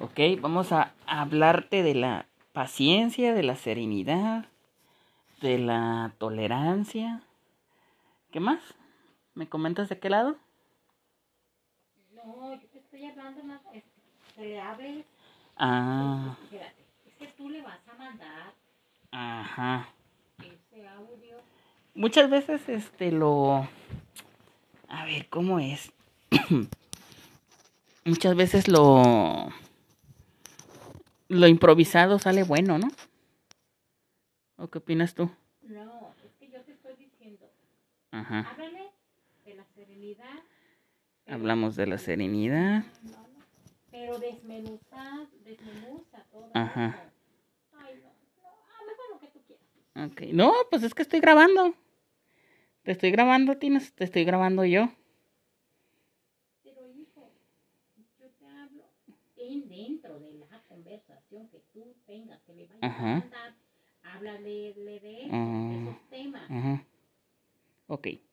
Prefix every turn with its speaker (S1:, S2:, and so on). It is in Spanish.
S1: ¿ok? Vamos a hablarte de la paciencia, de la serenidad, de la tolerancia. ¿Qué más? ¿Me comentas de qué lado?
S2: No, yo te estoy hablando más. es- Que le hables.
S1: Ah,
S2: Espérate. Es que tú le vas a mandar
S1: ajá.
S2: ese audio.
S1: Muchas veces este lo... A ver, ¿cómo es? Muchas veces lo... Lo improvisado sale bueno, ¿no? ¿O qué opinas tú?
S2: No, es que yo te estoy diciendo.
S1: Ajá.
S2: Háblale de la serenidad. pero-
S1: Hablamos de la serenidad.
S2: No, no, Pero desmenuza, desmenuza todo.
S1: Ajá.
S2: eso. Ay, no. no, Habla con lo que tú quieras.
S1: Ok. No, pues es que estoy grabando. Te estoy grabando, Tinas. Te estoy grabando yo.
S2: Pero hijo, yo te hablo en dentro de la conversación que tú tengas, que le vayas
S1: Ajá.
S2: a mandar, háblale le de
S1: Ah.
S2: esos temas.
S1: Ajá. Ok.